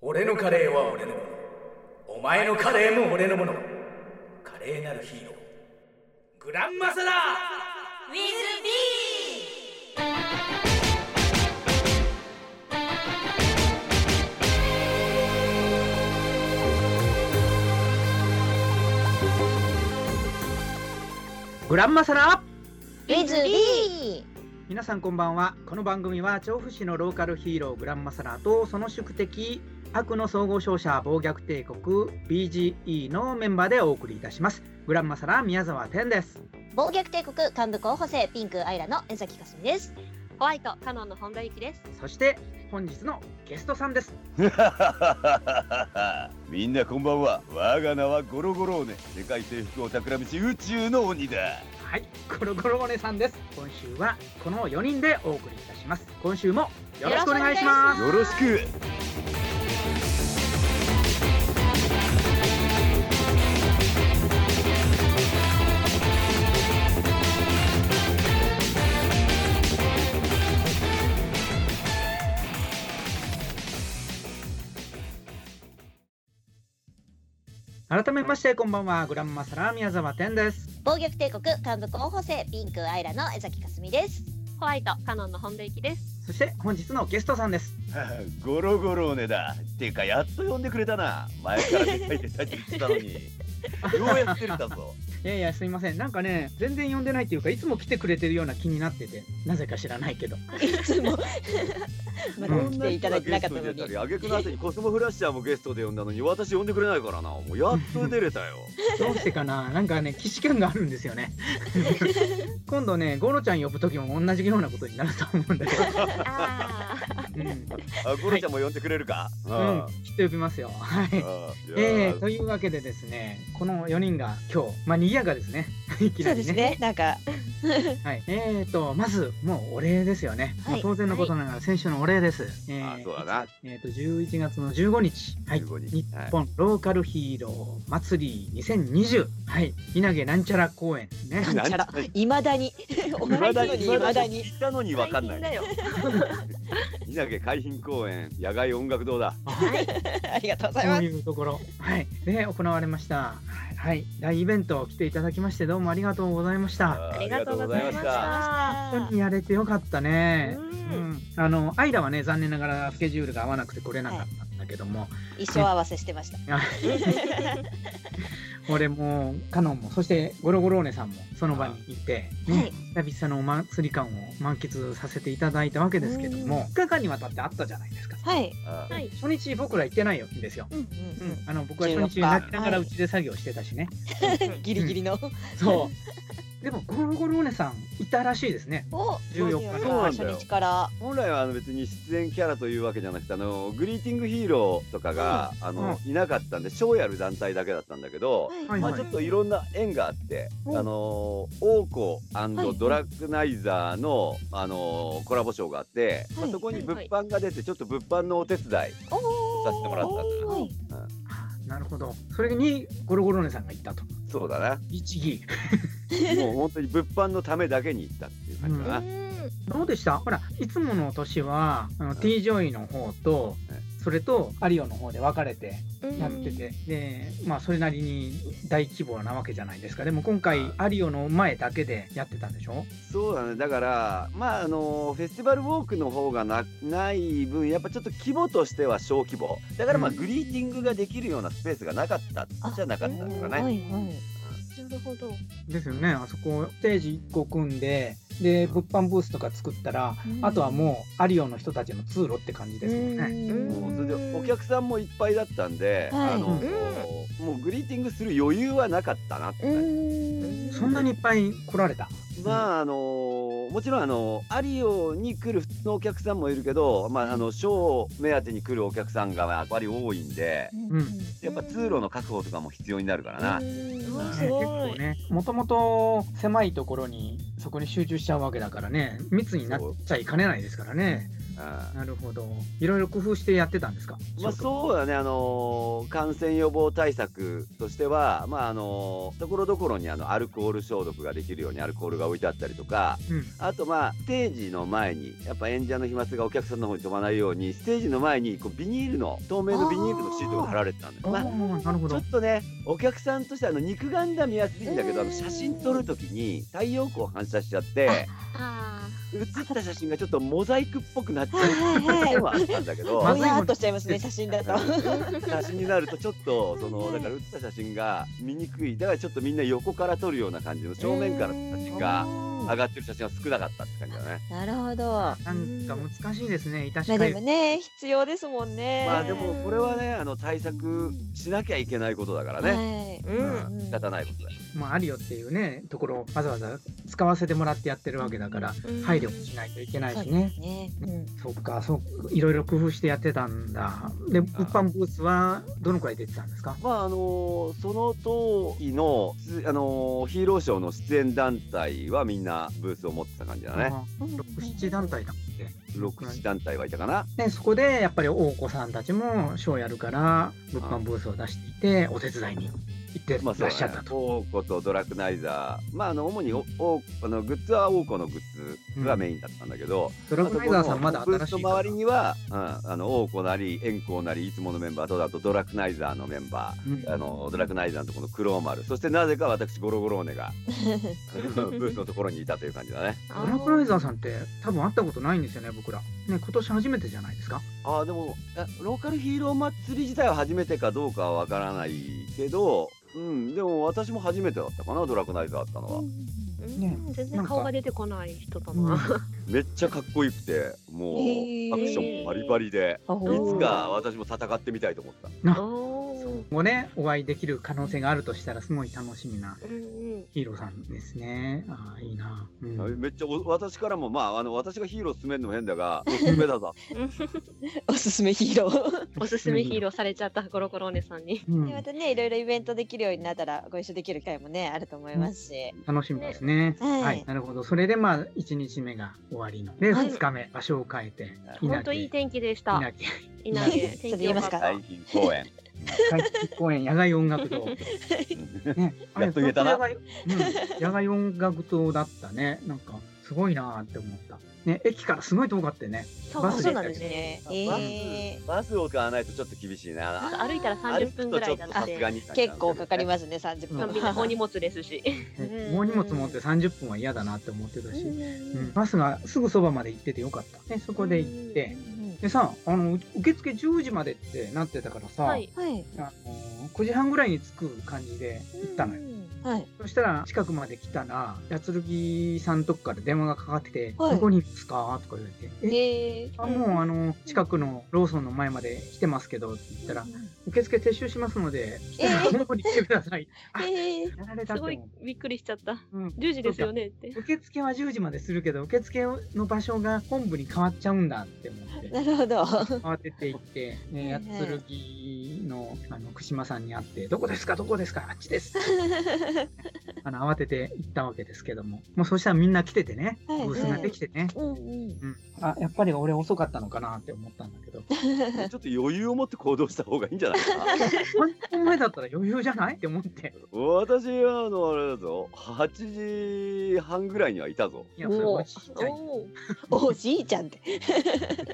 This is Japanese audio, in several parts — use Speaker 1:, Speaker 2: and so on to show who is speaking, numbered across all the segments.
Speaker 1: 俺のカレーは俺のものお前のカレーも俺のものカレーなるヒーローグランマサラ
Speaker 2: ウィズビ
Speaker 3: グランマサラ
Speaker 4: ウィズビ
Speaker 3: 皆さんこんばんはこの番組は調布市のローカルヒーローグランマサラとその宿敵悪の総合商社暴虐帝国 BGE のメンバーでお送りいたしますグランマサラ宮沢天です
Speaker 4: ー暴虐帝国幹部候補生ピンクアイラの江崎かすみです
Speaker 2: ーホワイトカノンの本田由紀です
Speaker 3: そして本日のゲストさんです
Speaker 5: みんなこんばんは我が名はゴロゴローネ世界征服を企みし宇宙の鬼だ
Speaker 3: はいゴロゴロお姉さんです今週はこの4人でお送りいたします今週もよろしくお願いします
Speaker 5: よろしく
Speaker 3: 改めましてこんばんはグランマサラ宮沢天です
Speaker 4: 暴虐帝国幹部候補生ピンクアイラの江崎かすみです
Speaker 2: ホワイトカノンの本田由紀です
Speaker 3: そして本日のゲストさんです
Speaker 5: ゴロゴローネだてかやっと呼んでくれたな前から見たいって言ってた のにようやってるんだぞ
Speaker 3: いやいやすいませんなんかね全然呼んでないっていうかいつも来てくれてるような気になっててなぜか知らないけど
Speaker 4: いつもま
Speaker 3: う
Speaker 4: だ
Speaker 3: ん
Speaker 4: 来ていただいてなかったのに
Speaker 5: こんな人がゲストに出たり挙句の後にコスモフラッシャーもゲストで呼んだのに私呼んでくれないからなもうやっと出れた よ
Speaker 3: どうしてかななんかね既視感があるんですよね今度ねゴロちゃん呼ぶ時も同じようなことになると思うんだけど、
Speaker 2: あ
Speaker 3: うん
Speaker 5: あゴロちゃんも呼んでくれるか、
Speaker 3: うん、きっと呼びますよは
Speaker 5: う
Speaker 3: い
Speaker 5: んあいや
Speaker 3: えー、というわけでですねこの4人が今日まあ賑やかですねいき
Speaker 4: そ
Speaker 3: な
Speaker 4: うで
Speaker 3: り
Speaker 4: す
Speaker 3: ね
Speaker 4: ねなんか
Speaker 3: はい、えーとまずもうお礼ですよね、
Speaker 4: はい
Speaker 3: まあ当然のことながら先週のお礼です、え
Speaker 5: あ
Speaker 3: ー
Speaker 5: そうだな
Speaker 3: えー、と11月の15日、はい、
Speaker 5: 15日
Speaker 3: 日本ローカルヒーロー祭り2020、はい、稲毛なんちゃら公演ね。
Speaker 4: なんちゃらいま だにお
Speaker 5: い
Speaker 4: 前
Speaker 5: ま
Speaker 4: の
Speaker 5: だ
Speaker 4: よう
Speaker 5: に
Speaker 4: にい
Speaker 5: いま
Speaker 4: ま
Speaker 5: だ
Speaker 4: だ
Speaker 5: に
Speaker 4: に
Speaker 5: 聞いたの
Speaker 2: ー
Speaker 5: に分かんない
Speaker 2: 最近だよ
Speaker 5: 稲毛海浜公園野外音楽堂だ
Speaker 3: はい、
Speaker 4: ありがとうござい
Speaker 3: そ
Speaker 4: ま
Speaker 3: う
Speaker 4: す
Speaker 3: いうところ、はい、で行われました。はい、大イベント来ていただきましてどうもありがとうございました。
Speaker 2: ありがとうございまし
Speaker 5: あ
Speaker 3: 本
Speaker 2: た
Speaker 3: 当にやれてよかったね。
Speaker 2: う
Speaker 3: うんん、あのアイラはね残念ながらスケジュールが合わなくて来れなかったんだけども、
Speaker 4: 一生合わせしてました
Speaker 3: あ俺もカノンもそしてゴロゴロお姉さんもその場にいて、ね久々のお祭り感を満喫させていただいたわけですけども2日間にわたってあったじゃないですか
Speaker 4: はい
Speaker 5: あ
Speaker 2: はい
Speaker 3: 初日僕ら行ってないんですよ、
Speaker 4: うんうん
Speaker 3: うん、あの僕は初日
Speaker 4: 14
Speaker 3: 泣きながら
Speaker 4: は
Speaker 3: う
Speaker 4: い
Speaker 3: ちで作業してたしね、
Speaker 4: うんギリギリの
Speaker 3: そうでもゴロゴロお姉さんいたらしいですね
Speaker 4: お
Speaker 3: 14日
Speaker 5: そうなん
Speaker 4: 初
Speaker 5: だよ
Speaker 4: 日から
Speaker 5: 本来はあの別に出演キャラというわけじゃなくてあのグリーティングヒーローとかが、あのいなかったんで賞やる団体だけだったんだけど、
Speaker 3: はい
Speaker 5: ま
Speaker 3: はい
Speaker 5: あ、ちょっといろんな縁があって、
Speaker 4: うん
Speaker 5: あの王子
Speaker 4: はい
Speaker 5: ドラッグナイザーの、あのコラボ賞があって、ま
Speaker 4: は
Speaker 5: あ、
Speaker 4: い
Speaker 5: そこに物販が出てちょっと物販のお手伝い
Speaker 4: おお
Speaker 5: させてもらったんだな、
Speaker 4: はい
Speaker 3: なるほどそれにゴロゴロお姉さんが行ったと
Speaker 5: そうだな
Speaker 3: 一義
Speaker 5: もう本当に物販のためだけに行ったっていう感じかな、
Speaker 3: どうでしたほらいつもの年はあの T ・ジョイの方とそれとアリオの方で分かれてやってて、でまあそれなりに大規模なわけじゃないですかでも今回
Speaker 5: はい
Speaker 3: アリオの前だけでやってたんでしょ
Speaker 5: そうだねだからまああのフェスティバルウォークの方がなない分やっぱちょっと規模としては小規模だからまあ、
Speaker 3: うん
Speaker 5: グリーティングができるようなスペースがなかったじゃなかったのか
Speaker 4: は
Speaker 5: ね
Speaker 4: いはい
Speaker 2: なるほど
Speaker 3: ですよねあそこステージ1個組んでで物販ブースとか作ったら、あとはもうアリオの人たちの通路って感じですもんね。
Speaker 5: もうそれでお客さんもいっぱいだったんで、
Speaker 4: はい
Speaker 5: あのもうグリーティングする余裕はなかったなって感じ
Speaker 4: うん
Speaker 3: そんなにいっぱい来られた。
Speaker 5: まああのもちろんあのアリオに来る普通のお客さんもいるけど、まあ、あのショー目当てに来るお客さんがやっぱり多いんで
Speaker 3: うん
Speaker 5: やっぱ通路の確保とかも必要になるからな。
Speaker 2: うん
Speaker 3: ね
Speaker 2: す
Speaker 3: 結
Speaker 2: ご
Speaker 3: 構
Speaker 2: い
Speaker 3: ねもともと狭いところにそこに集中しちゃうわけだからね密になっちゃいかねないですからね。
Speaker 5: うん
Speaker 3: なるほど。いろいろ工夫してやってたんですか。
Speaker 5: まあ、
Speaker 3: ショート
Speaker 5: そうだね、あのー感染予防対策としては、まああのーところどころにあのアルコール消毒ができるようにアルコールが置いてあったりとか、
Speaker 3: うん。
Speaker 5: あと、まあ、ステージの前に、やっぱ演者の飛沫がお客さんの方に飛ばないように、ステージの前にこうビニールの、透明のビニールのシートが貼られてたんだよ。
Speaker 3: お
Speaker 5: まあ
Speaker 3: ーなるほ
Speaker 5: ち
Speaker 3: ど。
Speaker 5: ょっとね、お客さんとしてあの肉眼では見やすいんだけど、あ
Speaker 4: う
Speaker 5: の
Speaker 4: ん
Speaker 5: 写真撮るときに太陽光反射しちゃって、
Speaker 4: あ
Speaker 5: 写った写真がちょっとモザイクっぽくなっちゃう
Speaker 4: はいはいはい
Speaker 5: 点はあったんだけど、
Speaker 3: ま
Speaker 4: あ。
Speaker 3: ず
Speaker 4: ぼ
Speaker 3: い
Speaker 4: やーっとしちゃいますね、写真だと。
Speaker 5: 写真になるとちょっとそ
Speaker 4: うんう
Speaker 5: の
Speaker 4: ん
Speaker 5: だから写った写真が見にくいだからちょっとみんな横から撮るような感じの正面からの写真が上がってる写真が少なかったって感じだね。
Speaker 4: なるほど。ま
Speaker 3: なんか難しいですね。いたし
Speaker 4: あ
Speaker 3: か
Speaker 4: で
Speaker 3: ゆ
Speaker 4: もね、必要ですもんね。
Speaker 5: まあでもこれはねあの対策しなきゃいけないことだからね。
Speaker 4: ね。
Speaker 5: う
Speaker 4: うんん
Speaker 5: 仕方ないことだよ。
Speaker 3: まあ、あるよっていうね、ところをわざわざ使わせてもらってやってるわけだから。
Speaker 4: うん
Speaker 3: 配慮もしないといけない
Speaker 4: そう
Speaker 3: し
Speaker 4: で
Speaker 3: ね。
Speaker 4: すね。うん
Speaker 3: そっか、そう、いろいろ工夫してやってたんだ。で、物販ブースはどのくらい出てたんですか。
Speaker 5: まああのその時のすあのヒーローショーの出演団体はみんなブースを持ってた感じだね。
Speaker 3: あ
Speaker 4: うん
Speaker 3: ー六七団体だもんね。
Speaker 5: 六七団体はいたかな。
Speaker 3: でそこでやっぱり大子さんたちもショーやるから物販ブースを出していてお手伝いに行って
Speaker 5: ま
Speaker 3: ら
Speaker 5: あそう
Speaker 3: っしゃ
Speaker 5: だ
Speaker 3: っ
Speaker 5: ね
Speaker 3: た。と。
Speaker 5: オーコとドラクナイザー、まああの主におおあのグッズはオーコのグッズがメインだったんだけど、
Speaker 3: ドラゴナイザーさんまだ
Speaker 5: ブー
Speaker 3: 新
Speaker 5: ス
Speaker 3: し
Speaker 5: の
Speaker 3: いから。
Speaker 5: 周りには、うん、あの王子なり円光なりいつものメンバーとあとドラクナイザーのメンバ
Speaker 3: うん
Speaker 5: ーあのドラクナイザーのところのクローマルそしてなぜか私ゴロゴローネ がブースのところにいたという感じだね
Speaker 3: ドラゴナイザーさんって多分会ったことないんですよね僕ら。ね今年初めてじゃないですか。
Speaker 5: あーでもあローカルヒーロー祭り自体は初めてかどうかはわからないけどうんでも私も初めてだったかなドラクナイザーだったのは
Speaker 3: ね
Speaker 6: 全然顔が出てこない人だな。
Speaker 5: めっちゃかっこよくてもう
Speaker 4: へー
Speaker 5: アクションバリバリで
Speaker 4: あ
Speaker 5: いつか私も戦ってみたいと思った
Speaker 6: おー
Speaker 3: もうねお会いできる可能性があるとしたらすごい楽しみな
Speaker 6: うんうん
Speaker 3: ヒーローさんですね。ああいいな。うん
Speaker 5: はいめっちゃお私からもまああの私がヒーロー勧めるのも変 だがおすすめだぞ
Speaker 4: おすすめヒーロー。
Speaker 6: おすすめヒーローされちゃったコロコロお姉さんに。
Speaker 3: うん
Speaker 4: でまたね、いろいろイベントできるようになったら、ご一緒できる会もね、あると思いますし。
Speaker 3: 楽しみですね。
Speaker 4: はい
Speaker 3: はい、なるほど。それでまあ一日目が終わりので
Speaker 6: はい
Speaker 3: 二日目場所を変えて
Speaker 6: 本当いい天気でした。
Speaker 3: 稲城
Speaker 6: いなげ。
Speaker 4: それ言いますか
Speaker 6: 天
Speaker 5: 最近公演
Speaker 3: 海浜公園野外音 楽堂。ね、あれ
Speaker 5: やっと言えたな
Speaker 3: 本当野外,、うん、野外音楽堂だったね。なんかすごいなーって思った。ね、駅からすごい遠かったよね。
Speaker 6: 気良か
Speaker 3: バ
Speaker 6: った
Speaker 3: ス
Speaker 6: そうそうなん
Speaker 3: で行ったけど
Speaker 6: ですね。
Speaker 4: ええ。
Speaker 5: バスを使わないとちょっと厳しいな
Speaker 6: 歩いたら
Speaker 5: 歩
Speaker 6: 30分
Speaker 5: く
Speaker 6: ぐ
Speaker 5: と
Speaker 6: ら
Speaker 5: ちょ
Speaker 6: い
Speaker 5: っ
Speaker 6: だ
Speaker 5: と
Speaker 6: っ
Speaker 5: さす
Speaker 6: て
Speaker 5: が。に
Speaker 4: 結構かかり
Speaker 5: す
Speaker 4: ますね、30
Speaker 3: う
Speaker 6: まあ
Speaker 4: 分。
Speaker 6: みんな大荷物ですし。
Speaker 4: うん
Speaker 3: もう荷物持って30分は嫌だなって思ってたし、うん、バスがすぐそばまで行っててよかった。ね、そこで行って。でさ、あの受付10時までってなってたからさ、
Speaker 6: はい。
Speaker 4: はい。
Speaker 3: あの9時半ぐらいに着く感じで行ったのよ。
Speaker 4: はい。
Speaker 3: そしたら近くまで来たら、八剣さんとこから電話がかかってきて、
Speaker 4: はい
Speaker 3: どこにいますかとか言われて、え
Speaker 4: ええ。
Speaker 3: あもうあの近くのローソンの前まで来てますけどって言ったら受付撤収しますので来たら
Speaker 4: えー
Speaker 3: この方に来てください。あ
Speaker 4: ええ。
Speaker 3: やられ
Speaker 6: す
Speaker 3: たって
Speaker 6: ごい
Speaker 3: 思う
Speaker 6: びっくりしちゃった。
Speaker 3: うん
Speaker 6: 10時ですよねって。
Speaker 3: 受付は10時までするけど受付の場所が本部に変わっちゃうんだって思って
Speaker 4: なるほど。
Speaker 3: 慌てて行って、ね、
Speaker 4: はいはい
Speaker 3: 八剣のあの串間さんに会って「どこですかどこですかあっちです」あの慌てて行ったわけですけどももうそしたらみんな来ててねブ
Speaker 4: はいはい
Speaker 3: ースができてね、
Speaker 4: うんうん。
Speaker 3: うん、あやっぱり俺遅かったのかなって思ったんだけ ど
Speaker 5: ちょっと余裕を持って行動した方がいいんじゃない かな
Speaker 3: 30分前だったら余裕じゃないって思って。
Speaker 5: 私はあのあれだぞ8時半ぐらいにはいたぞ
Speaker 3: いや、それはちっちゃい。
Speaker 6: おー
Speaker 4: おじいちゃんって。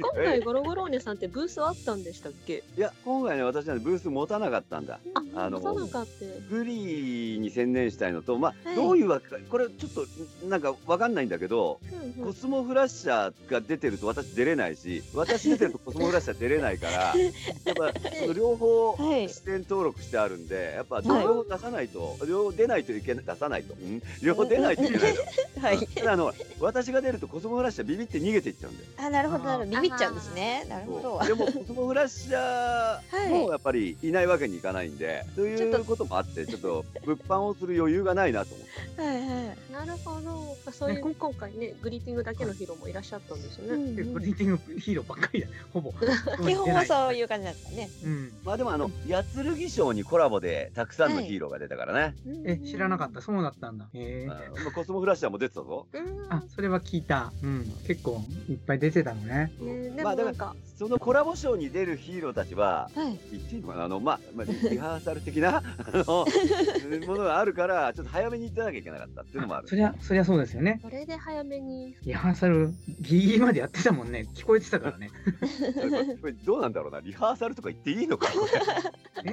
Speaker 6: 今回ゴロゴロお姉さんってブースあったんでしたっけ？
Speaker 5: いや今回ね私はねブース持たなかったんだ
Speaker 6: あ、
Speaker 5: あの
Speaker 6: さなかって。
Speaker 5: グリーに専念したいのとまあ、
Speaker 4: はい
Speaker 5: どういうわけかこれちょっとなんかわかんないんだけどコスモフラッシャーが出てると私出れないし私出てるとコスモフラッシャー出れ ないからやっぱその両方
Speaker 4: はい
Speaker 5: 視点登録してあるんでやっぱ
Speaker 4: はい
Speaker 5: 両方出さないと、両方出ないといけない出さないと、うん両方出ないといけないの、
Speaker 4: はい。
Speaker 5: ただあの私が出るとコスモフラッシャービビって逃げていっちゃうんで
Speaker 4: あ、なるほど、なるほど。ビビっちゃうんですね。なるほど。
Speaker 5: そ
Speaker 4: は
Speaker 5: うでもコスモフラッシャーも
Speaker 4: い。
Speaker 5: やっぱりいないわけにいかないんで、ということもあってちょっと物販をする余裕がないなと思って。
Speaker 4: はいはい。
Speaker 6: なるほど。あそうい
Speaker 3: ね
Speaker 6: う今回ねグリーティングだけのヒーローもいらっしゃったんですね。
Speaker 3: でグリーティングヒーローばっかりだ、ほぼ。うん
Speaker 4: 基本はそう
Speaker 3: 出ない
Speaker 4: いう感じなんですかね。
Speaker 3: うん
Speaker 5: まあでもあの、八剣賞にコラボでたくさんのヒーローが出たからね。
Speaker 3: え知らなかったそうだったんだへえ
Speaker 5: うんまあコスモフラッシャーも出てたぞ。
Speaker 6: うん
Speaker 3: あそれは聞いた、うん、結構いっぱい出てたのね
Speaker 6: ねで
Speaker 5: ま
Speaker 6: も
Speaker 5: あだ
Speaker 6: な
Speaker 5: か
Speaker 6: ん
Speaker 5: ら
Speaker 6: か、
Speaker 5: そのコラボ賞に出るヒーローたちは、
Speaker 4: はい。
Speaker 5: 言っていいのかなあの、まあ、まあ、リリハーサル的なあのものがあるから、ちょっと早めに行ってなきゃいけなかったっていう のもあ
Speaker 3: そ
Speaker 5: る。
Speaker 3: りゃそりゃそうですよね
Speaker 6: これで早めに。
Speaker 3: リハーサルギリギリまでやってたもんね聞こえてたからね
Speaker 5: これどうなんだろうな、リハーサルとか言っていいのか、これ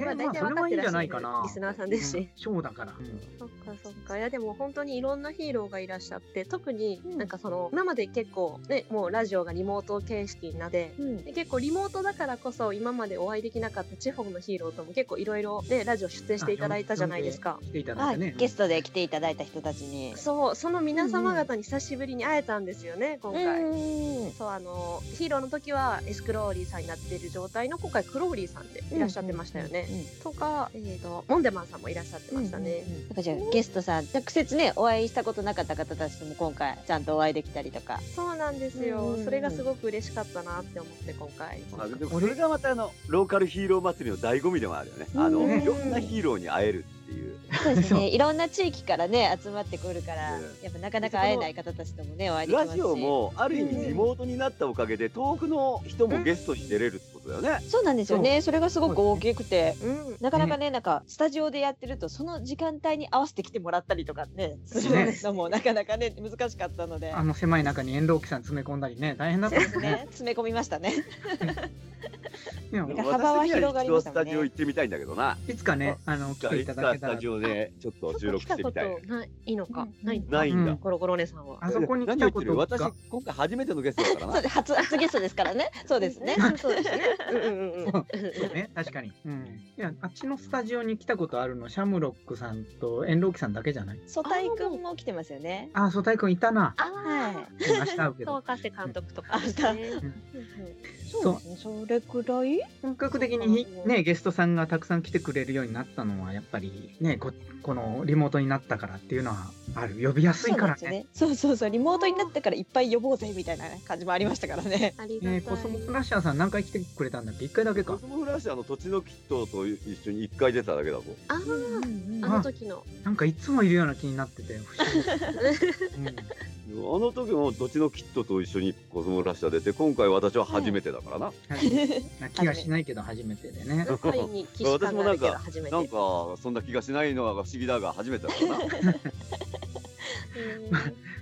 Speaker 3: え
Speaker 6: まあ
Speaker 3: ま
Speaker 6: 大
Speaker 3: あ
Speaker 6: 体
Speaker 3: それ
Speaker 6: 分か
Speaker 3: は
Speaker 6: っ
Speaker 3: いい
Speaker 6: て
Speaker 3: んじ
Speaker 6: らっし
Speaker 3: ゃな
Speaker 6: ゃ
Speaker 3: いか
Speaker 6: る
Speaker 3: な
Speaker 6: リスナーさんですし。
Speaker 3: ショーだから、うん
Speaker 6: そっかそっかいやでも本当にいろんなヒーローがいらっしゃって特になんかその今まで結構ねもうラジオがリモート形式なで
Speaker 4: うん。
Speaker 6: で結構リモートだからこそ今までお会いできなかった地方のヒーローとも結構いろいろねラジオ出演していただいたじゃないですか
Speaker 3: あ呼んで来ていただ
Speaker 4: はい
Speaker 3: たね
Speaker 4: い。、ゲストで来ていただいた人たちに。
Speaker 6: そうその皆様方に久しぶりに会えたんですよね今回。
Speaker 4: ん。
Speaker 6: そうあのヒーローの時はエスクローリーさんになっている状態の今回クローリーさんでいらっしゃってましたよね。とか、えー、とモンデマンさんもいらっしゃって
Speaker 4: うん。
Speaker 6: ましたね。
Speaker 4: うん。なんかじゃあゲストさん直接ねお会いしたことなかった方たちとも今回ちゃんとお会いできたりとか。
Speaker 6: そうなんです
Speaker 4: うんうん
Speaker 6: よ
Speaker 4: うん。
Speaker 6: それがすごく嬉しかったなって思って今回。
Speaker 5: まあでもこれがまたあのローカルヒーロー祭りの醍醐味でもあるよね。あの
Speaker 4: うん
Speaker 5: いろんなヒーローに会えるっていう。
Speaker 4: そうです
Speaker 3: そう
Speaker 4: ね。いろんな地域からね集まってくるから、
Speaker 5: うん
Speaker 4: やっぱなかなか会えない方たちともねお会いできま
Speaker 5: ラ
Speaker 4: すし。
Speaker 5: ジオもある意味リモートになったおかげで遠くの人もゲストに出れるってことだよね。
Speaker 4: そうなんですよね。それがすごく大きくて。
Speaker 6: うん、
Speaker 4: なかなかね、なんかスタジオでやってると、その時間帯に合わせて来てもらったりとかね、す
Speaker 3: そう
Speaker 4: る
Speaker 3: で
Speaker 4: のもなかなかね、難しかったので。
Speaker 3: あの狭い中に遠藤貴さん詰め込んだりね大変だった
Speaker 4: そ
Speaker 3: もん
Speaker 4: うです
Speaker 3: ね
Speaker 4: ね、詰め込みましたね。
Speaker 3: でも
Speaker 4: んか幅は広がりましたね
Speaker 5: 私には一度スタジオ行ってみたいんだけどな。
Speaker 3: いつかねあの来てい
Speaker 5: い
Speaker 3: た
Speaker 5: つ
Speaker 3: だ
Speaker 5: か
Speaker 3: け
Speaker 5: ス
Speaker 3: たら
Speaker 5: タジオでちょっと収録してみたい
Speaker 6: そ。っか来たことないのか、
Speaker 4: うん
Speaker 6: ないのか
Speaker 5: ないんだ。
Speaker 3: うん
Speaker 6: ゴロゴロ姉さんは。
Speaker 3: あそこに来
Speaker 5: 何
Speaker 3: た
Speaker 5: を言っ
Speaker 3: こ
Speaker 5: て
Speaker 3: と
Speaker 5: る私
Speaker 3: が
Speaker 5: 今回初めてのゲストだから
Speaker 4: そう
Speaker 5: な
Speaker 4: で初初ゲストですからね。そうですね。
Speaker 6: そうですね。うんうんうんうん。
Speaker 3: そうね、確かに。うん。いや、あっちのスタジオに来たことあるの、シャムロックさんと遠藤貴さんだけじゃない
Speaker 4: ソタイくんも来てますよね。
Speaker 3: あ、そう、たいくんいたな。
Speaker 6: あ
Speaker 4: は
Speaker 3: いました
Speaker 6: あ、
Speaker 3: け
Speaker 6: そう
Speaker 3: ど。
Speaker 6: かせ監督とか ですね。
Speaker 4: い。そうですね。それくらい。
Speaker 3: 本格的にね、ゲストさんがたくさん来てくれるようになったのは、やっぱりね、ここのリモートになったからっていうのはある。呼びやすい
Speaker 4: そう
Speaker 3: か
Speaker 4: な
Speaker 3: ら
Speaker 4: んです
Speaker 3: ね。
Speaker 4: ね。そうそうそう、リモートになったから、いっぱい呼ぼうぜみたいな感じもありましたからね。
Speaker 6: ありが
Speaker 3: ね、
Speaker 6: た
Speaker 3: コスモ
Speaker 6: い。
Speaker 3: フラッシャーさん何回来てくれたんだっけ一回だけ
Speaker 5: コ
Speaker 3: か
Speaker 5: ス。モフラッシャーの土地のキットと一緒に一回出ただけだぞ。
Speaker 6: ああ、あの時の。
Speaker 3: なんかいつもいるような気になっ てて、不思議。うん
Speaker 5: あの時も土地のキットと一緒にコスモフラッシャー出て今回私は初めてだからな。
Speaker 3: はい気がしないけど初めてでね。
Speaker 6: 会に騎士官があるけど初めて。
Speaker 5: なんかそんな気がしないのが不思議だが初めて だからな。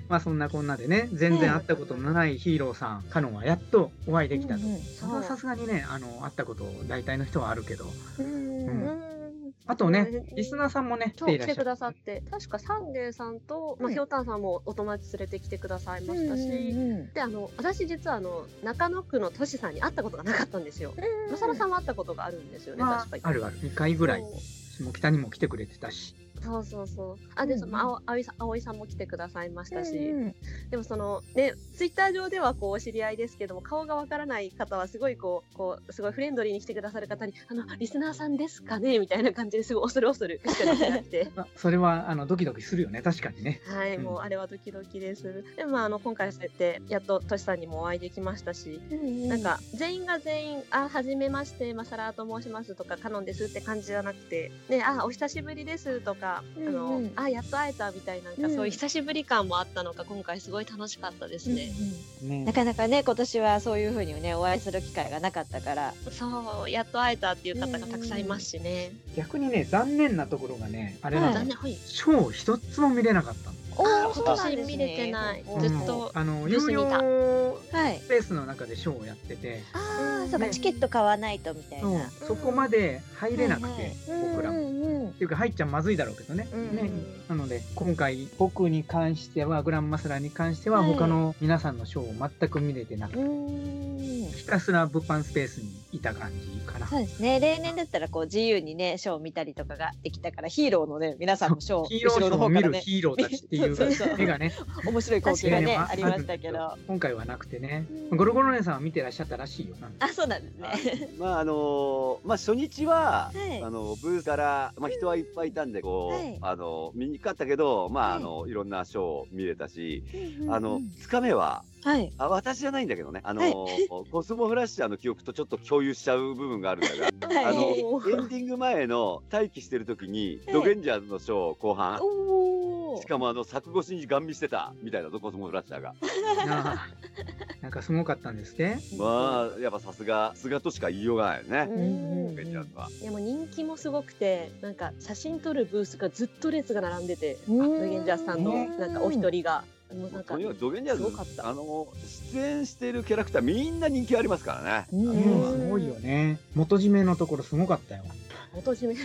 Speaker 3: まあそんなこんなでね、全然会ったことのないヒーローさん、カノンはやっとお会いできたと。それはさすがにね、あの、会ったこと大体の人はあるけど。
Speaker 6: うん
Speaker 3: うん
Speaker 6: うん
Speaker 3: あとね
Speaker 6: うん、
Speaker 3: リスナーさんもね、来
Speaker 6: そ
Speaker 3: て
Speaker 6: う
Speaker 3: いら
Speaker 6: 来
Speaker 3: っしてゃ
Speaker 6: くだ
Speaker 3: る。
Speaker 6: さって確かサンデーさんと、ま
Speaker 4: う
Speaker 6: あ、
Speaker 4: ん
Speaker 6: ひょうたんさんもお友達連れてきてくださいましたし、であの私実はあの中野区のトシさんに会ったことがなかったんですよ。まさらさんは会ったことがあるんですよね、
Speaker 3: まあ
Speaker 6: 確かに。
Speaker 3: あるある、2回ぐらい
Speaker 6: そ、
Speaker 3: 下北にも来てくれてたし。
Speaker 6: うそうそうそう。あで、
Speaker 4: うん
Speaker 6: そのあおあおいさんあおいさんも来てくださいましたし、
Speaker 4: うんうん
Speaker 6: でもそのねツイッター上ではこうお知り合いですけども顔がわからない方はすごいこうこうすごいフレンドリーに来てくださる方にあのリスナーさんですかねみたいな感じですごい恐る恐るしかできなくて。
Speaker 3: まあそれは、あの、ドキドキするよね、確かにね。
Speaker 6: はい、
Speaker 3: うん
Speaker 6: もうあれはドキドキです。でも、まあ、あの今回そうやってやっとトシさんにもお会いできましたし、なんか全員が全員「あはじめましてマサラと申します」とか「カノンです」って感じじゃなくて「ね、あお久しぶりです」とか「
Speaker 4: う
Speaker 6: あ
Speaker 4: んう
Speaker 6: の
Speaker 4: ん
Speaker 6: あやっと会えた」みたいななんか、
Speaker 4: うん
Speaker 6: そういう久しぶり感もあったのか今回すごい楽しかったですね。
Speaker 3: ね
Speaker 4: なかなかね今年はそういう風にねお会いする機会がなかったから
Speaker 6: そうやっと会えたっていう方がたくさんいますしね。
Speaker 3: 逆にね、残念なところがね、あれな
Speaker 4: うん
Speaker 3: んだ
Speaker 6: 残
Speaker 3: よ
Speaker 6: 念はい
Speaker 3: ショー一つも見れなかったの。
Speaker 4: お
Speaker 6: あ
Speaker 5: ー
Speaker 6: 今年見れてない、
Speaker 4: うん
Speaker 6: ず
Speaker 3: うん
Speaker 6: っと。
Speaker 3: あの、
Speaker 6: ニュー
Speaker 3: 有
Speaker 6: ス見
Speaker 3: 料
Speaker 6: た
Speaker 4: はい
Speaker 3: スペースの中でショーをやってて、
Speaker 4: あ
Speaker 6: う
Speaker 4: あ
Speaker 6: ん
Speaker 4: そうか
Speaker 3: ね
Speaker 4: チケット買わないとみたい
Speaker 3: そう
Speaker 4: な
Speaker 3: そこまで入れなく
Speaker 4: はいは
Speaker 3: て
Speaker 4: い、
Speaker 3: 僕らも。っていうか入っちゃまずいだろうけどね。
Speaker 6: うん
Speaker 3: ねなので今回僕に関してはグランマスラーに関しては
Speaker 4: はい
Speaker 3: 他の皆さんのショーを全く見れてなくて、
Speaker 4: うん
Speaker 3: ひたすら物販スペースにいた感じかな
Speaker 4: そ。うですね例年だったらこう自由にねショーを見たりとかができたからヒーローのね皆さんのショー
Speaker 3: ヒーロー
Speaker 4: 後
Speaker 3: ショ
Speaker 4: ろの
Speaker 3: ーを
Speaker 4: 方
Speaker 3: 見
Speaker 4: から
Speaker 3: る
Speaker 4: ね
Speaker 3: ヒーローたちってい
Speaker 4: そうそうそうう
Speaker 3: 絵がね、
Speaker 4: 面白い光景がねありましたけど
Speaker 3: あ今回はなくてね
Speaker 4: うん
Speaker 3: ゴロゴロ姉さんは見てらっしゃったらしいよな
Speaker 4: あそうなんですね
Speaker 5: まああのまあ初日は、
Speaker 4: はい
Speaker 5: あのブースから、まあ、人はいっぱいいたんでこう、
Speaker 4: はい
Speaker 5: あの見にくかったけどまあ、
Speaker 4: はい
Speaker 5: あのいろんなショーを見れたし、
Speaker 4: うんうん
Speaker 5: あの2日目は
Speaker 6: はい。
Speaker 5: あ私じゃないんだけどね、あのー コスモフラッシャーの記憶とちょっと共有しちゃう部分があるんだが、
Speaker 4: はい
Speaker 5: あのエ
Speaker 6: おー
Speaker 5: ンディング前の待機してる時に、
Speaker 4: はい
Speaker 5: ドベンジャーズのショー後半、
Speaker 4: おお
Speaker 5: し。かもあの作越しにガン見してたみたいなぞ、コスモフラッシャーが。
Speaker 3: あーなんかすごかったんですね。
Speaker 5: まあ、やっぱさすが、さすがとしか言いようがないよね、
Speaker 6: うん
Speaker 5: ドベンジャーズは。
Speaker 6: いやもう人気もすごくてなんか写真撮るブースがずっと列が並んでて
Speaker 4: うん
Speaker 6: ムゲンジャーさんのなんかお一人がもうなん
Speaker 5: と
Speaker 6: か
Speaker 5: にかくドベンジャ
Speaker 6: すごか
Speaker 5: ー
Speaker 6: っ
Speaker 5: ズ、
Speaker 6: た
Speaker 5: あのー出演しているキャラクター、みんな人気ありますからね。
Speaker 4: うん
Speaker 5: あ
Speaker 3: う
Speaker 5: の
Speaker 3: ん、
Speaker 5: は
Speaker 3: すごいよね。元締めのところすごかったよ。
Speaker 6: 元締め
Speaker 3: う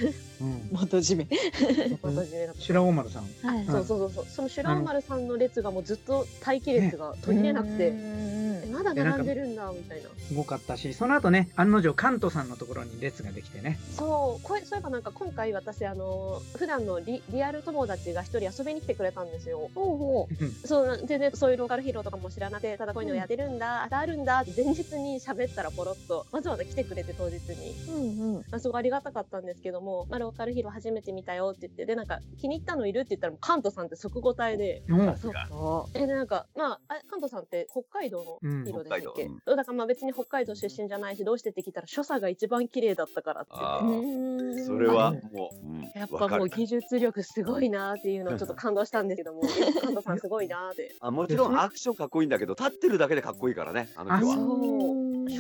Speaker 3: ん。
Speaker 4: 元締め。
Speaker 6: 元締めだっ
Speaker 3: 白尾丸さん。
Speaker 4: はい
Speaker 6: たそうそうそうそうその白尾丸さんの列がもうずっと待機列が途切れなくてえまだ並んでるんだみたいな
Speaker 3: すごかったし、その後ね、案の定関東さんのところに列ができてね。
Speaker 6: そうこれそういえばなんか今回私あの普段のリリアル友達が一人遊びに来てくれたんですよ
Speaker 4: ほうほ
Speaker 3: うん
Speaker 6: そう全然そういうローカルヒーローとかも知らなくてただこういうのやってるんだ、ああるんだって前日に喋ったらポロッとわざわざ来てくれて当日に、
Speaker 4: う。うんうん。
Speaker 6: まあ、すごいありがたかったんですけども、まあ、ローカルヒーロー初めて見たよって言ってでなんか気に入ったのいるって言ったらもうカントさんって即答えで。
Speaker 3: うん
Speaker 6: そう
Speaker 4: お
Speaker 6: えでなんかまああ関東さんって北海道の
Speaker 3: うん
Speaker 6: ヒーローでしたっけ、
Speaker 5: 北海
Speaker 6: だからまあ別に北海道出身じゃないしどうしてって聞いたら所作が一番綺麗だったからって言って
Speaker 5: あ
Speaker 4: う
Speaker 5: ー
Speaker 4: ん
Speaker 5: それはもう、うん
Speaker 6: やっ
Speaker 5: わ
Speaker 6: ぱ
Speaker 5: か
Speaker 6: もう
Speaker 5: る
Speaker 6: 技術力すごいなーっていうのをちょっと感動したんですけ ども、関東さんすごいなーって。
Speaker 5: あもちろんアクションかっこいいんだけど立ってるだけでかっこいいからねあの
Speaker 3: あ
Speaker 5: 人は
Speaker 3: そ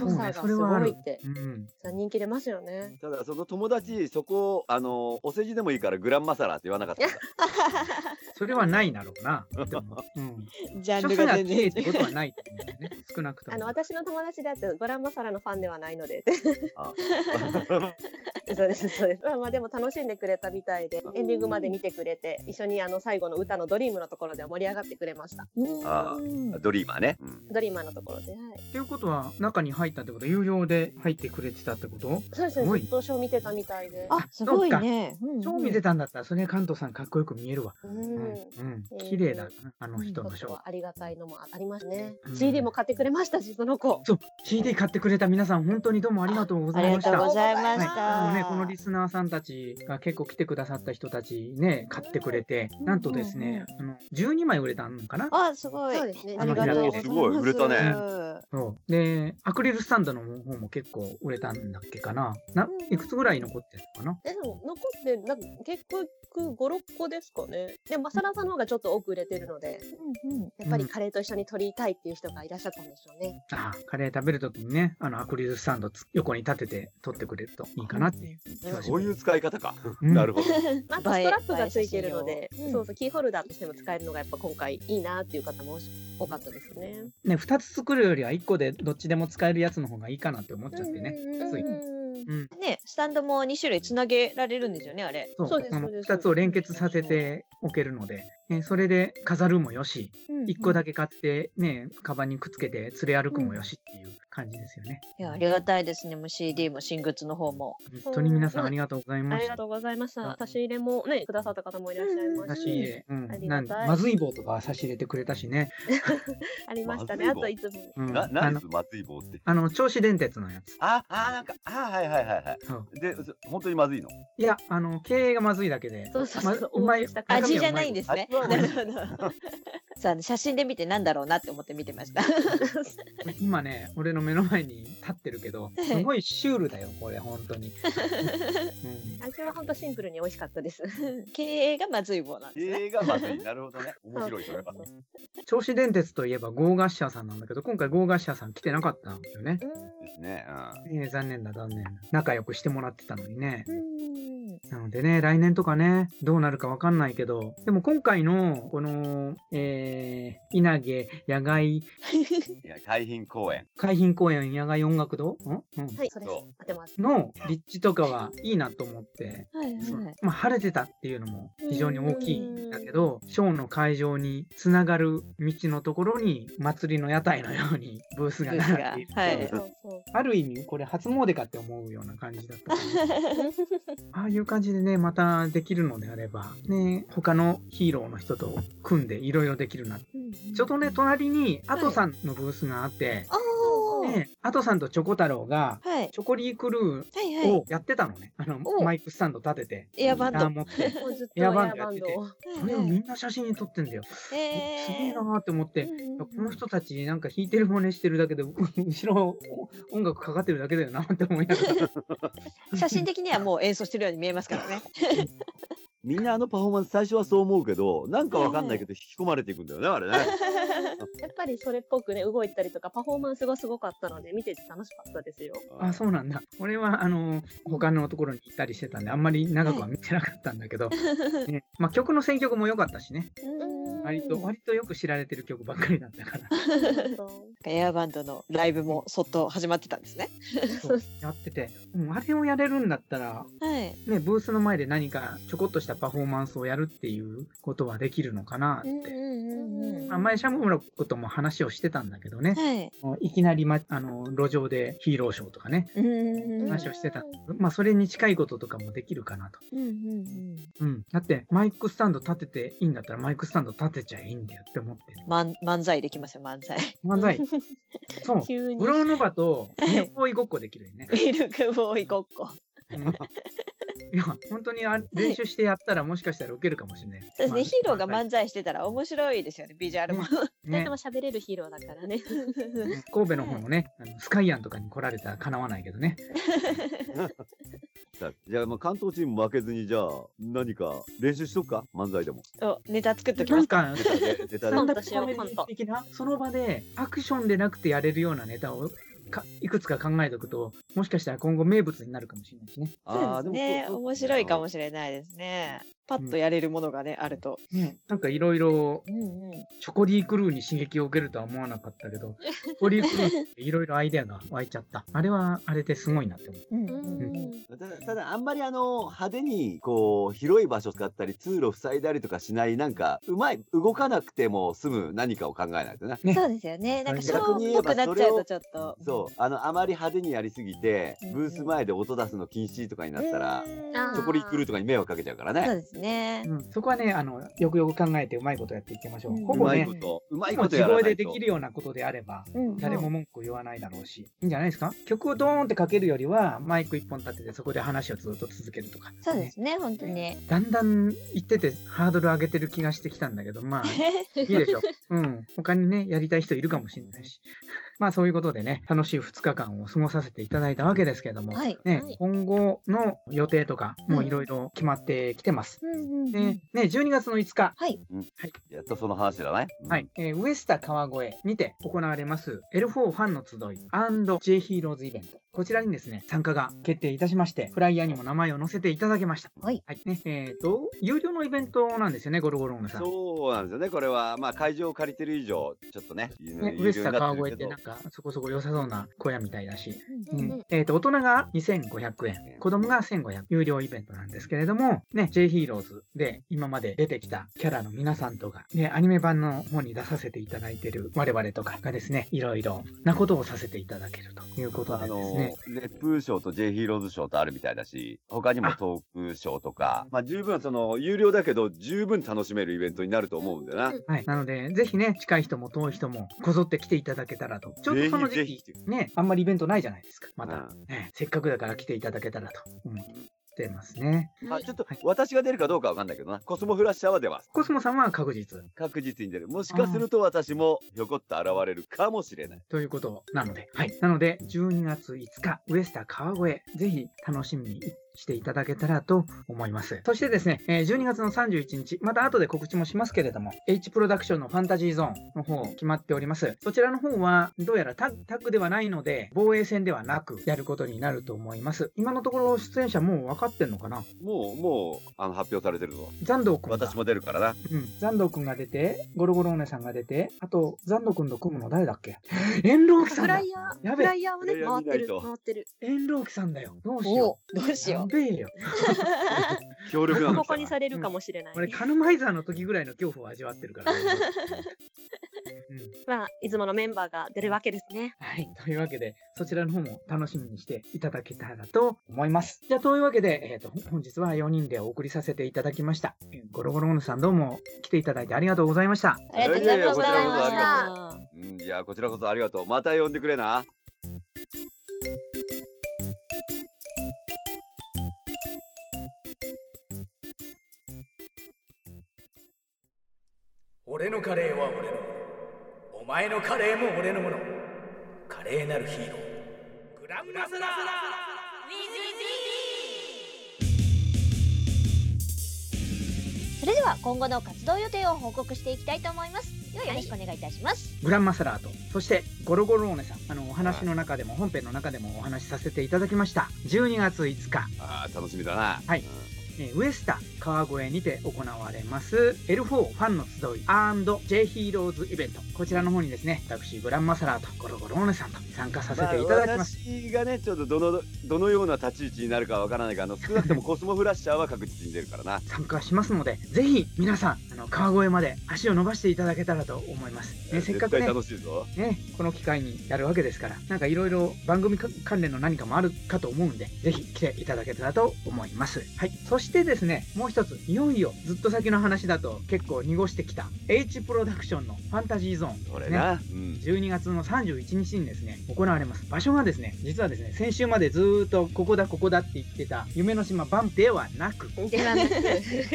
Speaker 6: そう所作がすごいって、
Speaker 3: うん。
Speaker 6: さ人気出ますよね。
Speaker 5: ただその友達そこあのお世辞でもいいからグランマサラって言わなかったんだ
Speaker 3: それはないだろうな。でもうん。
Speaker 4: ジャン
Speaker 3: 所
Speaker 4: ル
Speaker 3: 作
Speaker 4: が
Speaker 3: が綺
Speaker 4: 全
Speaker 3: 麗
Speaker 4: 然
Speaker 3: っ。てことはないと思うね。少なくとも。
Speaker 6: あの私の友達だってグランマサラのファンではないの でそうですそうですまあまあでも楽しんでくれたみたいでエンディングまで見てくれて一緒にあの最後の歌の「ドリームのところでは盛り上がってくれました
Speaker 5: あドリーマーね、うん
Speaker 6: ドリーマーのところで、はい、
Speaker 3: っていうことは中に入ったってこと有料で入ってくれてたってこと
Speaker 6: そうです
Speaker 3: すご
Speaker 6: ね
Speaker 3: い
Speaker 6: ずっとショー見てたみたいで
Speaker 4: あ、すごいね。
Speaker 3: 賞味出たんだったらそれ関東さんかっこよく見えるわ。
Speaker 6: う
Speaker 3: うんん、
Speaker 6: う
Speaker 3: うんん、綺麗だな、あの
Speaker 6: ち
Speaker 3: 人
Speaker 6: ょ
Speaker 3: の
Speaker 6: っ
Speaker 3: ショー
Speaker 6: と。ありがたいのもありますね、
Speaker 3: うん
Speaker 6: CD も買ってくれましたしその子
Speaker 3: そう、CD 買ってくれた皆さん本当にどうもありがとうご
Speaker 4: あ
Speaker 3: ざ
Speaker 4: り
Speaker 3: い
Speaker 4: が
Speaker 3: まし
Speaker 4: とう
Speaker 3: た。
Speaker 4: ございま
Speaker 3: はい、
Speaker 4: し
Speaker 3: あ
Speaker 4: た。
Speaker 3: のね、このリスナーさんたちが結構来てくださった人たちね、買ってくれて、
Speaker 4: うん
Speaker 3: なんとですね、あの12枚売れたのかな
Speaker 4: あ、すごい。
Speaker 6: そうですね
Speaker 4: ありがとうございます。
Speaker 5: すごい売れたね
Speaker 3: そう。で、アクリルスタンドの方も結構売れたんだっけかな。な、いくつぐらい残ってるのかな
Speaker 6: えでも残ってなんか結局56個ですかねでもマサラさんの方がちょっと多く売れてるので
Speaker 4: うんうん。
Speaker 6: やっぱりカレーと一緒に取りたいっていう人がいらっしゃったんでしょうね。
Speaker 3: あーカレー食べるときにね、あのアクリルスタンドつ横に立てて取ってくれるといいかなっていう気がし
Speaker 5: そう
Speaker 3: ま
Speaker 5: いう
Speaker 3: す。
Speaker 5: 使い方か、
Speaker 3: うん
Speaker 5: なるほど
Speaker 6: まあ、あと
Speaker 4: 映
Speaker 6: ス
Speaker 4: え
Speaker 6: トラップがついてるので
Speaker 4: 映え、写真用
Speaker 6: そうそう、キーホルダーとしても使えるのがやっぱ今回いいなっていう方も多かったですね。
Speaker 3: ね、2つ作るよりは1個でどっちでも使えるやつの方がいいかなって思っちゃってね。
Speaker 4: うんうんうん
Speaker 3: ついうん。
Speaker 4: ね、スタンドも2種類つなげられるんですよね、あれ。
Speaker 3: そう
Speaker 6: そうです
Speaker 3: あ
Speaker 6: そ
Speaker 3: の
Speaker 6: うです
Speaker 3: 2つを連結させておけるので、ね、それで飾るもよし、1個だけ買って、ね、カバンにくっつけて連れ歩くもよしっていう感じですよね。
Speaker 4: いや、ありがたいですね。もう CD も新グッズの方も。
Speaker 3: 本当に皆さんありがとうござい
Speaker 6: あ
Speaker 3: ま
Speaker 6: り
Speaker 3: し
Speaker 6: が
Speaker 3: た。
Speaker 6: とうございました。差し入れもね、くださった方もいらっしゃいま
Speaker 3: 差
Speaker 6: し
Speaker 3: した入れ、う
Speaker 6: あ
Speaker 3: ん、
Speaker 6: り
Speaker 3: な
Speaker 6: が
Speaker 3: ん
Speaker 6: たい
Speaker 3: まずい棒とか差し入れてくれたしね。
Speaker 6: ありましたね。
Speaker 5: ま
Speaker 6: あ
Speaker 5: ずい棒
Speaker 6: といつも。
Speaker 3: うん、
Speaker 5: な
Speaker 3: あ
Speaker 5: 何で
Speaker 3: の
Speaker 5: すまずい棒って
Speaker 3: あの銚子電鉄のやつ。
Speaker 5: ああなんかあはいはいはいは
Speaker 3: そう
Speaker 5: いでそ本当にまずいの
Speaker 3: いや、あの経営がまずいだけで、
Speaker 6: そうそうそう。
Speaker 3: まうまい
Speaker 6: したから
Speaker 3: 中身は
Speaker 4: 味じゃないんですね。
Speaker 5: 味はうま
Speaker 4: ないるほど。 さあ、写真で見てなんだろうなって思って見てました。
Speaker 3: 今ね、俺の目の前に立ってる けど、すごいシュールだよ、これ、本当に。うん
Speaker 6: 味は本当シンプルに美味しかったです。
Speaker 4: 経営がまずい棒なんですね。
Speaker 5: 映画まずいなるほど ね面白いそれは
Speaker 3: 銚子電鉄といえばゴーガッシャーさんなんだけど、今回ゴーガッシャーさん来てなかったんですよね。
Speaker 5: ですね、
Speaker 3: ねえ残念だ、残念だ。仲良くしてもらってたのにね。
Speaker 4: うん
Speaker 3: なのでね、来年とかね、どうなるかわかんないけど、でも今回の、この、えー、稲毛野外、
Speaker 5: うん、いや海浜公園
Speaker 3: 海浜公園野外音楽堂ん、うん
Speaker 6: はい、それです
Speaker 5: そ。
Speaker 6: 当てます。
Speaker 3: の立地とかはいいなと思って、
Speaker 4: はいはい。
Speaker 3: まあ、晴れてたっていうのも非常に大きいんだけどショーの会場につながる道のところに祭りの屋台のようにブースが
Speaker 4: ブースが
Speaker 3: 並んでいる
Speaker 4: はい
Speaker 6: そうそう。
Speaker 3: ある意味これ初詣かって思うような感じだったからああいう感じでねまたできるのであればね他のヒーローの人と組んでいろいろできるなちょうどね隣にアトさんのブースがあって、
Speaker 4: ああ
Speaker 6: う
Speaker 3: ね、アトさんとチョコ太郎が、
Speaker 4: はい。
Speaker 3: チョコリークル
Speaker 4: はい
Speaker 3: ー
Speaker 4: はい。
Speaker 3: をやってたのね。あの、
Speaker 4: お
Speaker 3: マイクスタンド立てて、
Speaker 4: エアバ
Speaker 3: ギ
Speaker 4: ン
Speaker 3: ター。
Speaker 4: ド
Speaker 3: 持って、
Speaker 6: もうずっと
Speaker 3: エ
Speaker 6: エ
Speaker 3: ア
Speaker 6: ア
Speaker 3: バ
Speaker 6: バ
Speaker 3: ンドやって
Speaker 6: ン
Speaker 3: て
Speaker 6: ドを。
Speaker 3: それをみんな写真に撮ってんだよ。
Speaker 4: ええ
Speaker 3: すげえなーって思って、
Speaker 4: うん
Speaker 3: この人たちなんか弾いてる真似してるだけで、後ろ音楽かかってるだけだよなって思いながら。
Speaker 4: 写真的にはもう演奏してるように見えますからね。
Speaker 5: みんなあのパフォーマンス最初はそう思うけど、なんかわかんないけど引き込まれていくんだよね、あれね。
Speaker 6: やっぱりそれっぽくね、動いたりとか、パフォーマンスがすごかったので、見てて楽しかったですよ。
Speaker 3: あ、そうなんだ。俺は、あの、他のところに行ったりしてたんで、あんまり長くは見てなかったんだけど、ね、まあ曲の選曲も良かったしね、
Speaker 4: うん
Speaker 3: 割と、割とよく知られてる曲ばっかりだったから、
Speaker 4: エアバンドのライブもそっと始まってたんですね。
Speaker 3: そうやってて、うん、あれをやれるんだったら、
Speaker 4: はい。
Speaker 3: ね、ブースの前で何かちょこっとしたパフォーマンスをやるっていうことはできるのかなって。
Speaker 4: うんうん
Speaker 3: まあ前、シャムロックとも話をしてたんだけどね、
Speaker 4: はい。
Speaker 3: いきなり、ま、あの路上でヒーローショーとかね、
Speaker 4: うんうんうん
Speaker 3: 話をしてたんだけど、まあ、それに近いこととかもできるかなと。
Speaker 4: うんうん
Speaker 3: うん、だって、マイクスタンド立てていいんだったら、マイクスタンド立てちゃえばいいんだよって思ってる。
Speaker 4: うん漫漫才できますよ、漫才。
Speaker 3: 漫才、そう、
Speaker 6: 急に
Speaker 3: ブ。ローノバとミルクボーイごっこできるよね。
Speaker 4: ミルクボーイごっこ。
Speaker 3: いや、本当にあ練習してやったら、もしかしたら受けるかもしれない。
Speaker 4: そうですね、ヒーローが
Speaker 3: まあ
Speaker 4: 漫才してたら面白いですよね、ビジュアルも。
Speaker 6: 二人
Speaker 3: ね
Speaker 6: とも、喋れるヒーローだからね。
Speaker 3: ね神戸の方もね、あのスカイアンとかに来られたらかなわないけどね。
Speaker 5: さじゃあ、まあ、関東チーム負けずに、じゃあ、何か練習しとくか漫才でも。
Speaker 4: おネタ作っとき
Speaker 3: な
Speaker 4: ま
Speaker 3: ん
Speaker 4: す。
Speaker 3: か
Speaker 5: ネ、タで、ネタ
Speaker 6: コン
Speaker 5: で。
Speaker 6: トしようコント
Speaker 3: 的なその場でアクションでなくてやれるようなネタをかいくつか考えておくともしかしたら今後名物になるかもしれないしね。
Speaker 4: そうですね、面白いかも
Speaker 5: し
Speaker 4: しれないですね。パッとやれるものがね、あると。
Speaker 3: なんかいろいろ
Speaker 4: うんうん。
Speaker 3: チョコリークルーに刺激を受けるとは思わなかったけどチョコリークルーっていろいろアイデアが湧いちゃったあれはあれですごいなって思う。
Speaker 4: うん
Speaker 6: うん
Speaker 5: ただ、ただあんまりあの、派手に、こう、広い場所使ったり、通路塞いだりとかしない、なんか、うまい、動かなくても済む何かを考えないとね。
Speaker 4: そうですよね。なんかショーっぽくなっちゃうとちょっと。
Speaker 5: そう、あの、あまり派手にやりすぎて
Speaker 4: うん、
Speaker 5: ブース前で音出すの禁止とかになったら、
Speaker 6: あー
Speaker 5: チョコリークルーとかに迷惑かけちゃうから
Speaker 4: そう
Speaker 5: ね。
Speaker 4: ですね。
Speaker 3: うん、そこはねあのよくよく考えてうまいことやっていきましょう。
Speaker 4: うん
Speaker 3: ほ
Speaker 5: う
Speaker 3: ぼ
Speaker 5: まい
Speaker 3: ね
Speaker 5: こと、うまい
Speaker 3: も
Speaker 5: こと
Speaker 3: 地
Speaker 5: やら
Speaker 3: 声
Speaker 5: な
Speaker 3: で
Speaker 5: い
Speaker 3: で
Speaker 5: と
Speaker 3: き。るようなことであれば
Speaker 4: うん
Speaker 3: 誰も文句を言わないだろうし、いいんじゃないですか曲をドーンってかけるよりは、マイク一本立ててそこで話をずっと続けるとか。
Speaker 4: そうですね、本当に。
Speaker 3: ねだんだん言っててハードル上げてる気がしてきたんだけど、まあ、いいでしょう。うん。他にね、やりたい人いるかもしれないし。まあそういうことでね、楽しい2日間を過ごさせていただいたわけですけども、
Speaker 4: はい。
Speaker 3: ね
Speaker 6: はい、
Speaker 3: 今後の予定とか、もういろいろ決まってきてます。でね、12月の5日、
Speaker 5: やっとその話だね。うん
Speaker 3: はい。えーウエスタ川越にて行われます L4 ファンの集い &J ヒーローズイベント。こちらにですね、参加が決定いたしまして、フライヤーにも名前を載せていただきました。
Speaker 4: はい。
Speaker 3: ね、えっ、と、有料のイベントなんですよね、ゴルゴロームさん。
Speaker 5: そうなんですよね、これは、まあ、会場を借りてる以上、ちょっとね、有
Speaker 3: ね、
Speaker 5: 有
Speaker 3: ウエス
Speaker 5: 料
Speaker 3: タ
Speaker 5: にな
Speaker 3: 川
Speaker 5: って
Speaker 3: 越
Speaker 5: る
Speaker 3: って
Speaker 5: けど
Speaker 3: なんかそこそこ良さそうな小屋みたいだし、
Speaker 6: うん
Speaker 3: うんえっと大人が2500円子供が1500円有料イベントなんですけれども、ね、J ヒーローズで今まで出てきたキャラの皆さんとか、ね、アニメ版の方に出させていただいてる我々とかがですねいろいろなことをさせていただけるということ
Speaker 5: あ
Speaker 3: でで
Speaker 5: の
Speaker 3: すね、
Speaker 5: 熱風賞と J ヒーローズ賞とあるみたいだし、他にもトーク賞とか、まあ十分その、有料だけど、十分楽しめるイベントになると思うんだよな。
Speaker 3: はい、なのでぜひね近い人も遠い人もこぞって来ていただけたらとちょうどその
Speaker 5: ぜ
Speaker 3: 時
Speaker 5: ひ
Speaker 3: 期
Speaker 5: ぜひ
Speaker 3: ねあんまりイベントないじゃないですかま
Speaker 5: う
Speaker 3: た、
Speaker 5: ん
Speaker 3: ねせっかくだから来ていただけたらと思ってますね
Speaker 5: あちょっと
Speaker 3: はい
Speaker 5: 私が出るかどうかわかんないけどな、コスモフラッシャーは出ます。
Speaker 3: コスモさんは確実
Speaker 5: 確実に出る。もしかすると私もひょこっと現れるかもしれない。
Speaker 3: ということなので、はい。なので、12月5日、ウエスタ川越、ぜひ楽しみにしていただけたらと思います。そしてですね、えー12月の31日、また後で告知もしますけれども、H プロダクションのファンタジーゾーンの方、決まっております。そちらの方は、どうやらタッタッグではないので、防衛戦ではなく、やることになると思います。今のところ、出演者もう分かってんのかな
Speaker 5: もう、もう、あの、発表されてるぞ。
Speaker 3: 残道くんが
Speaker 5: 私、も出るからな。
Speaker 3: うん、残道くんが出て、ゴロゴロお姉さんが出て、あと、残道くんと組むの誰だっけ 遠老貴さん
Speaker 6: フ
Speaker 3: だ
Speaker 6: ライヤー、
Speaker 3: や
Speaker 6: フ
Speaker 3: べえ
Speaker 6: ライヤーをね、
Speaker 5: フライヤー
Speaker 6: 回っ
Speaker 5: 見な
Speaker 6: て
Speaker 5: い
Speaker 6: る、
Speaker 5: と
Speaker 6: 回ってる。
Speaker 3: 遠老貴さんだよ。どうし
Speaker 4: お
Speaker 3: よ
Speaker 4: お、どう
Speaker 3: う。
Speaker 4: しよ
Speaker 3: やべえ よ。
Speaker 5: 協力な
Speaker 6: ボコボ
Speaker 5: の来た
Speaker 6: コ
Speaker 5: な
Speaker 6: にされるかもしれない。
Speaker 3: 俺、カヌマイザーの時ぐらいの恐怖を味わってる から。うん
Speaker 6: まあ、いつものメンバーが出るわけですね。
Speaker 3: はい。というわけで、そちらの方も楽しみにしていただけたらと思います。じゃあ、というわけで、えっ、と、本日は4人でお送りさせていただきました。えーゴロゴローヌさんどうも来ていただいてありがとうございました。
Speaker 4: う。ありがとうございま
Speaker 5: いやいやこちらこそあり
Speaker 4: し
Speaker 5: が
Speaker 4: た。
Speaker 5: うん、いや、こちらこそありがとう。また呼んでくれな。
Speaker 1: 俺のカレーは俺のものお前のカレーも俺のもの華麗なるヒーローグランマサラ
Speaker 7: それでは今後の活動予定を報告していきたいと思いますではよろしくお願いいたします、
Speaker 3: グランマサラーとそしてゴロゴローネさんあのお話の中でも本編の中でもお話しさせていただきました12月5日
Speaker 5: ああ、楽しみだな。
Speaker 3: はい
Speaker 5: うん
Speaker 3: えーウエスタ川越にて行われます L4 ファンの集い &J ヒーローズイベントこちらの方にですね私グランマサラーとゴロゴローネさんと参加させていただきます、
Speaker 5: まあ私がね、ちょっとどのどのような立ち位置になるかわからないが、あの少なくともコスモフラッシャーは確実に出るからな。
Speaker 3: 参加しますのでぜひ皆さんあの川越まで足を伸ばしていただけたらと思います、ね、せっかく
Speaker 5: 絶対
Speaker 3: ね
Speaker 5: 楽しいぞ。
Speaker 3: ね、この機会にやるわけですからなんかいろいろ番組か関連の何かもあるかと思うんでぜひ来ていただけたらと思います、はい、そしてですねもう一ついよいよずっと先の話だと結構濁してきた H プロダクションのファンタジーゾーン
Speaker 5: こ
Speaker 3: ですね
Speaker 5: れな。うん。
Speaker 3: 12月の31日にですね行われます場所がですね実はですね先週までずーっとここだここだって言ってた夢の島バンではなく、
Speaker 6: ではなく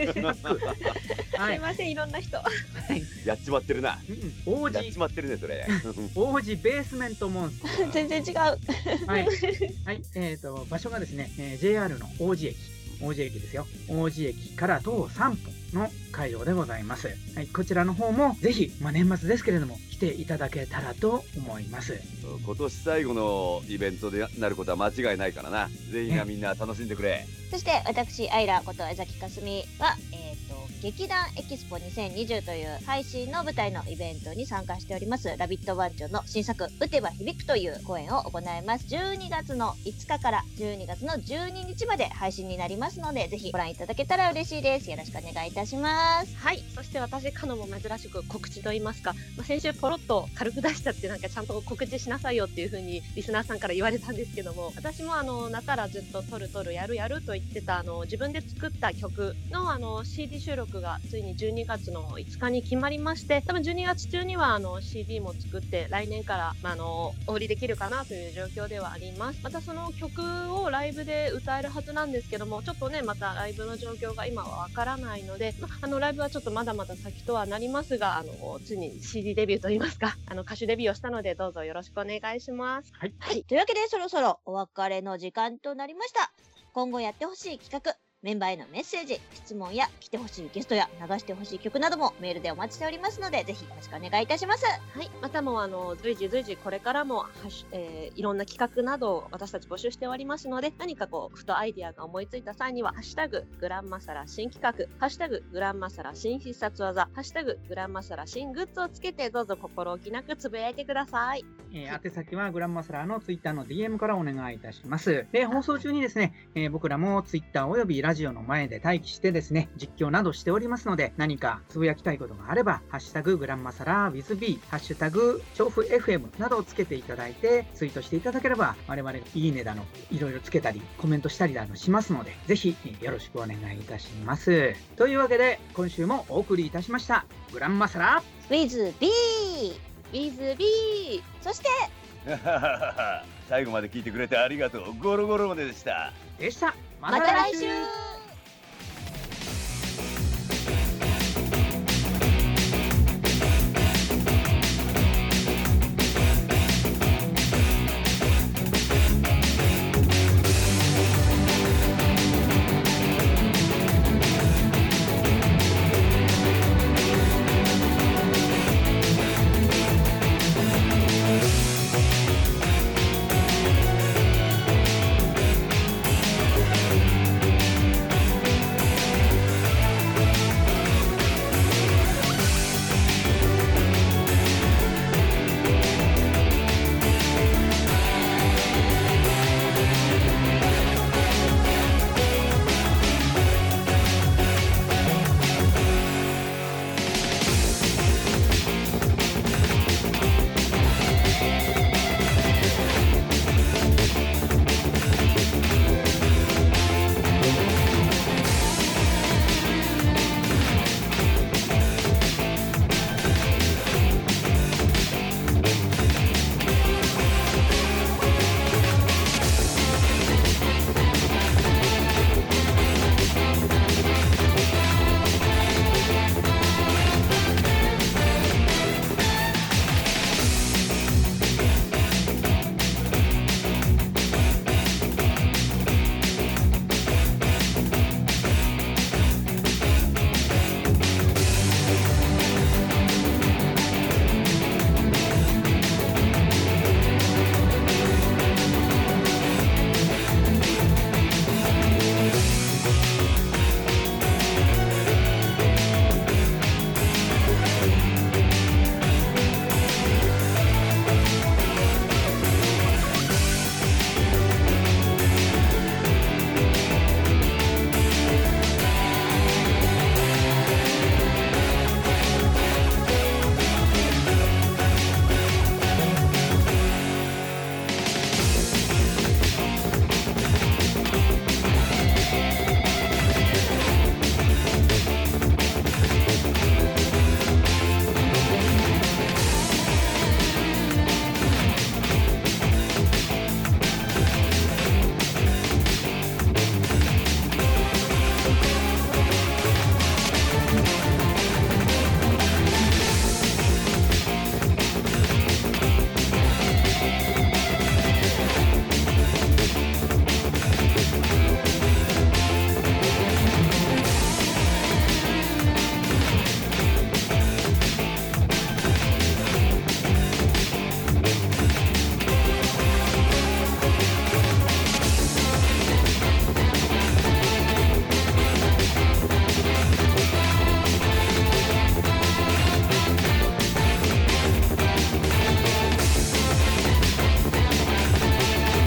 Speaker 3: はい
Speaker 6: ませんいろんな人
Speaker 5: やっちまってるな。
Speaker 3: うん、王
Speaker 5: やっ
Speaker 3: 子
Speaker 5: ちまってるね、それ。
Speaker 3: 王子ベースメントモンスター
Speaker 7: 全然違う
Speaker 3: はい、はいえー、と場所がですね、えー JR の王子駅王子駅ですよ王子駅から徒歩3分の会場でございます、はい、こちらの方もぜひ、まあ、年末ですけれども来ていただけたらと思います
Speaker 5: 今年最後のイベントでなることは間違いないからな。全員がみんな楽しんでくれ。
Speaker 7: そして私アイラこと江崎かすみは、えー、と劇団エキスポ2020という配信の舞台のイベントに参加しております「ラビット番長」の新作「打てば響く」という公演を行います12月の5日から12月の12日まで配信になりますのでぜひご覧いただけたら嬉しいですよろしくお願いいたします
Speaker 6: はいそして私かのも珍しく告知と言いますか、まあ、先週ポロッと軽く出したってなんかちゃんと告知しなさいよっていう風にリスナーさんから言われたんですけども私もあのなったらずっと撮る撮るやるやると言ってたあの自分で作った曲のあの CD 収録がついに12月の5日に決まりまして多分12月中にはあの CD も作って来年から、まあ、あのお売りできるかなという状況ではありますまたその曲をライブで歌えるはずなんですけどもちょっとねまたライブの状況が今はわからないので、まあ、あのライブはちょっとまだまだ先とはなりますがあのついに CD デビューといいますかあの歌手デビューをしたのでどうぞよろしくお願いします
Speaker 7: はいというわけでそろそろお別れの時間となりました今後やってほしい企画メンバーへのメッセージ、質問や来てほしいゲストや流してほしい曲などもメールでお待ちしておりますので、ぜひよろしくお願いいたします。
Speaker 6: はい、またもあの随時随時これからもハッシュ、えーいろんな企画などを私たち募集しておりますので何かこうふとアイディアが思いついた際には「ハッシュタググランマサラ新企画」「ハッシュタググランマサラ新必殺技」「ハッシュタググランマサラ新グッズ」をつけてどうぞ心置きなくつぶやいてください。
Speaker 3: えー宛先はグランマサラーのツイッターの DM からお願いいたします。で、放送中にですね、えー僕らもツイッターおよびラジオの前で待機してですね、実況などしておりますので、何かつぶやきたいことがあれば、ハッシュタググランマサラー WithB、ハッシュタグ調布 FM などをつけていただいて、ツイートしていただければ、我々がいいねだの、いろいろつけたり、コメントしたりだのしますので、ぜひえーよろしくお願いいたします。というわけで、今週もお送りいたしました、グランマサラー
Speaker 7: with B
Speaker 6: ウィズビー
Speaker 7: そして
Speaker 5: 最後まで聞いてくれてありがとう。ゴロゴロまででした。
Speaker 3: でした。
Speaker 7: また来週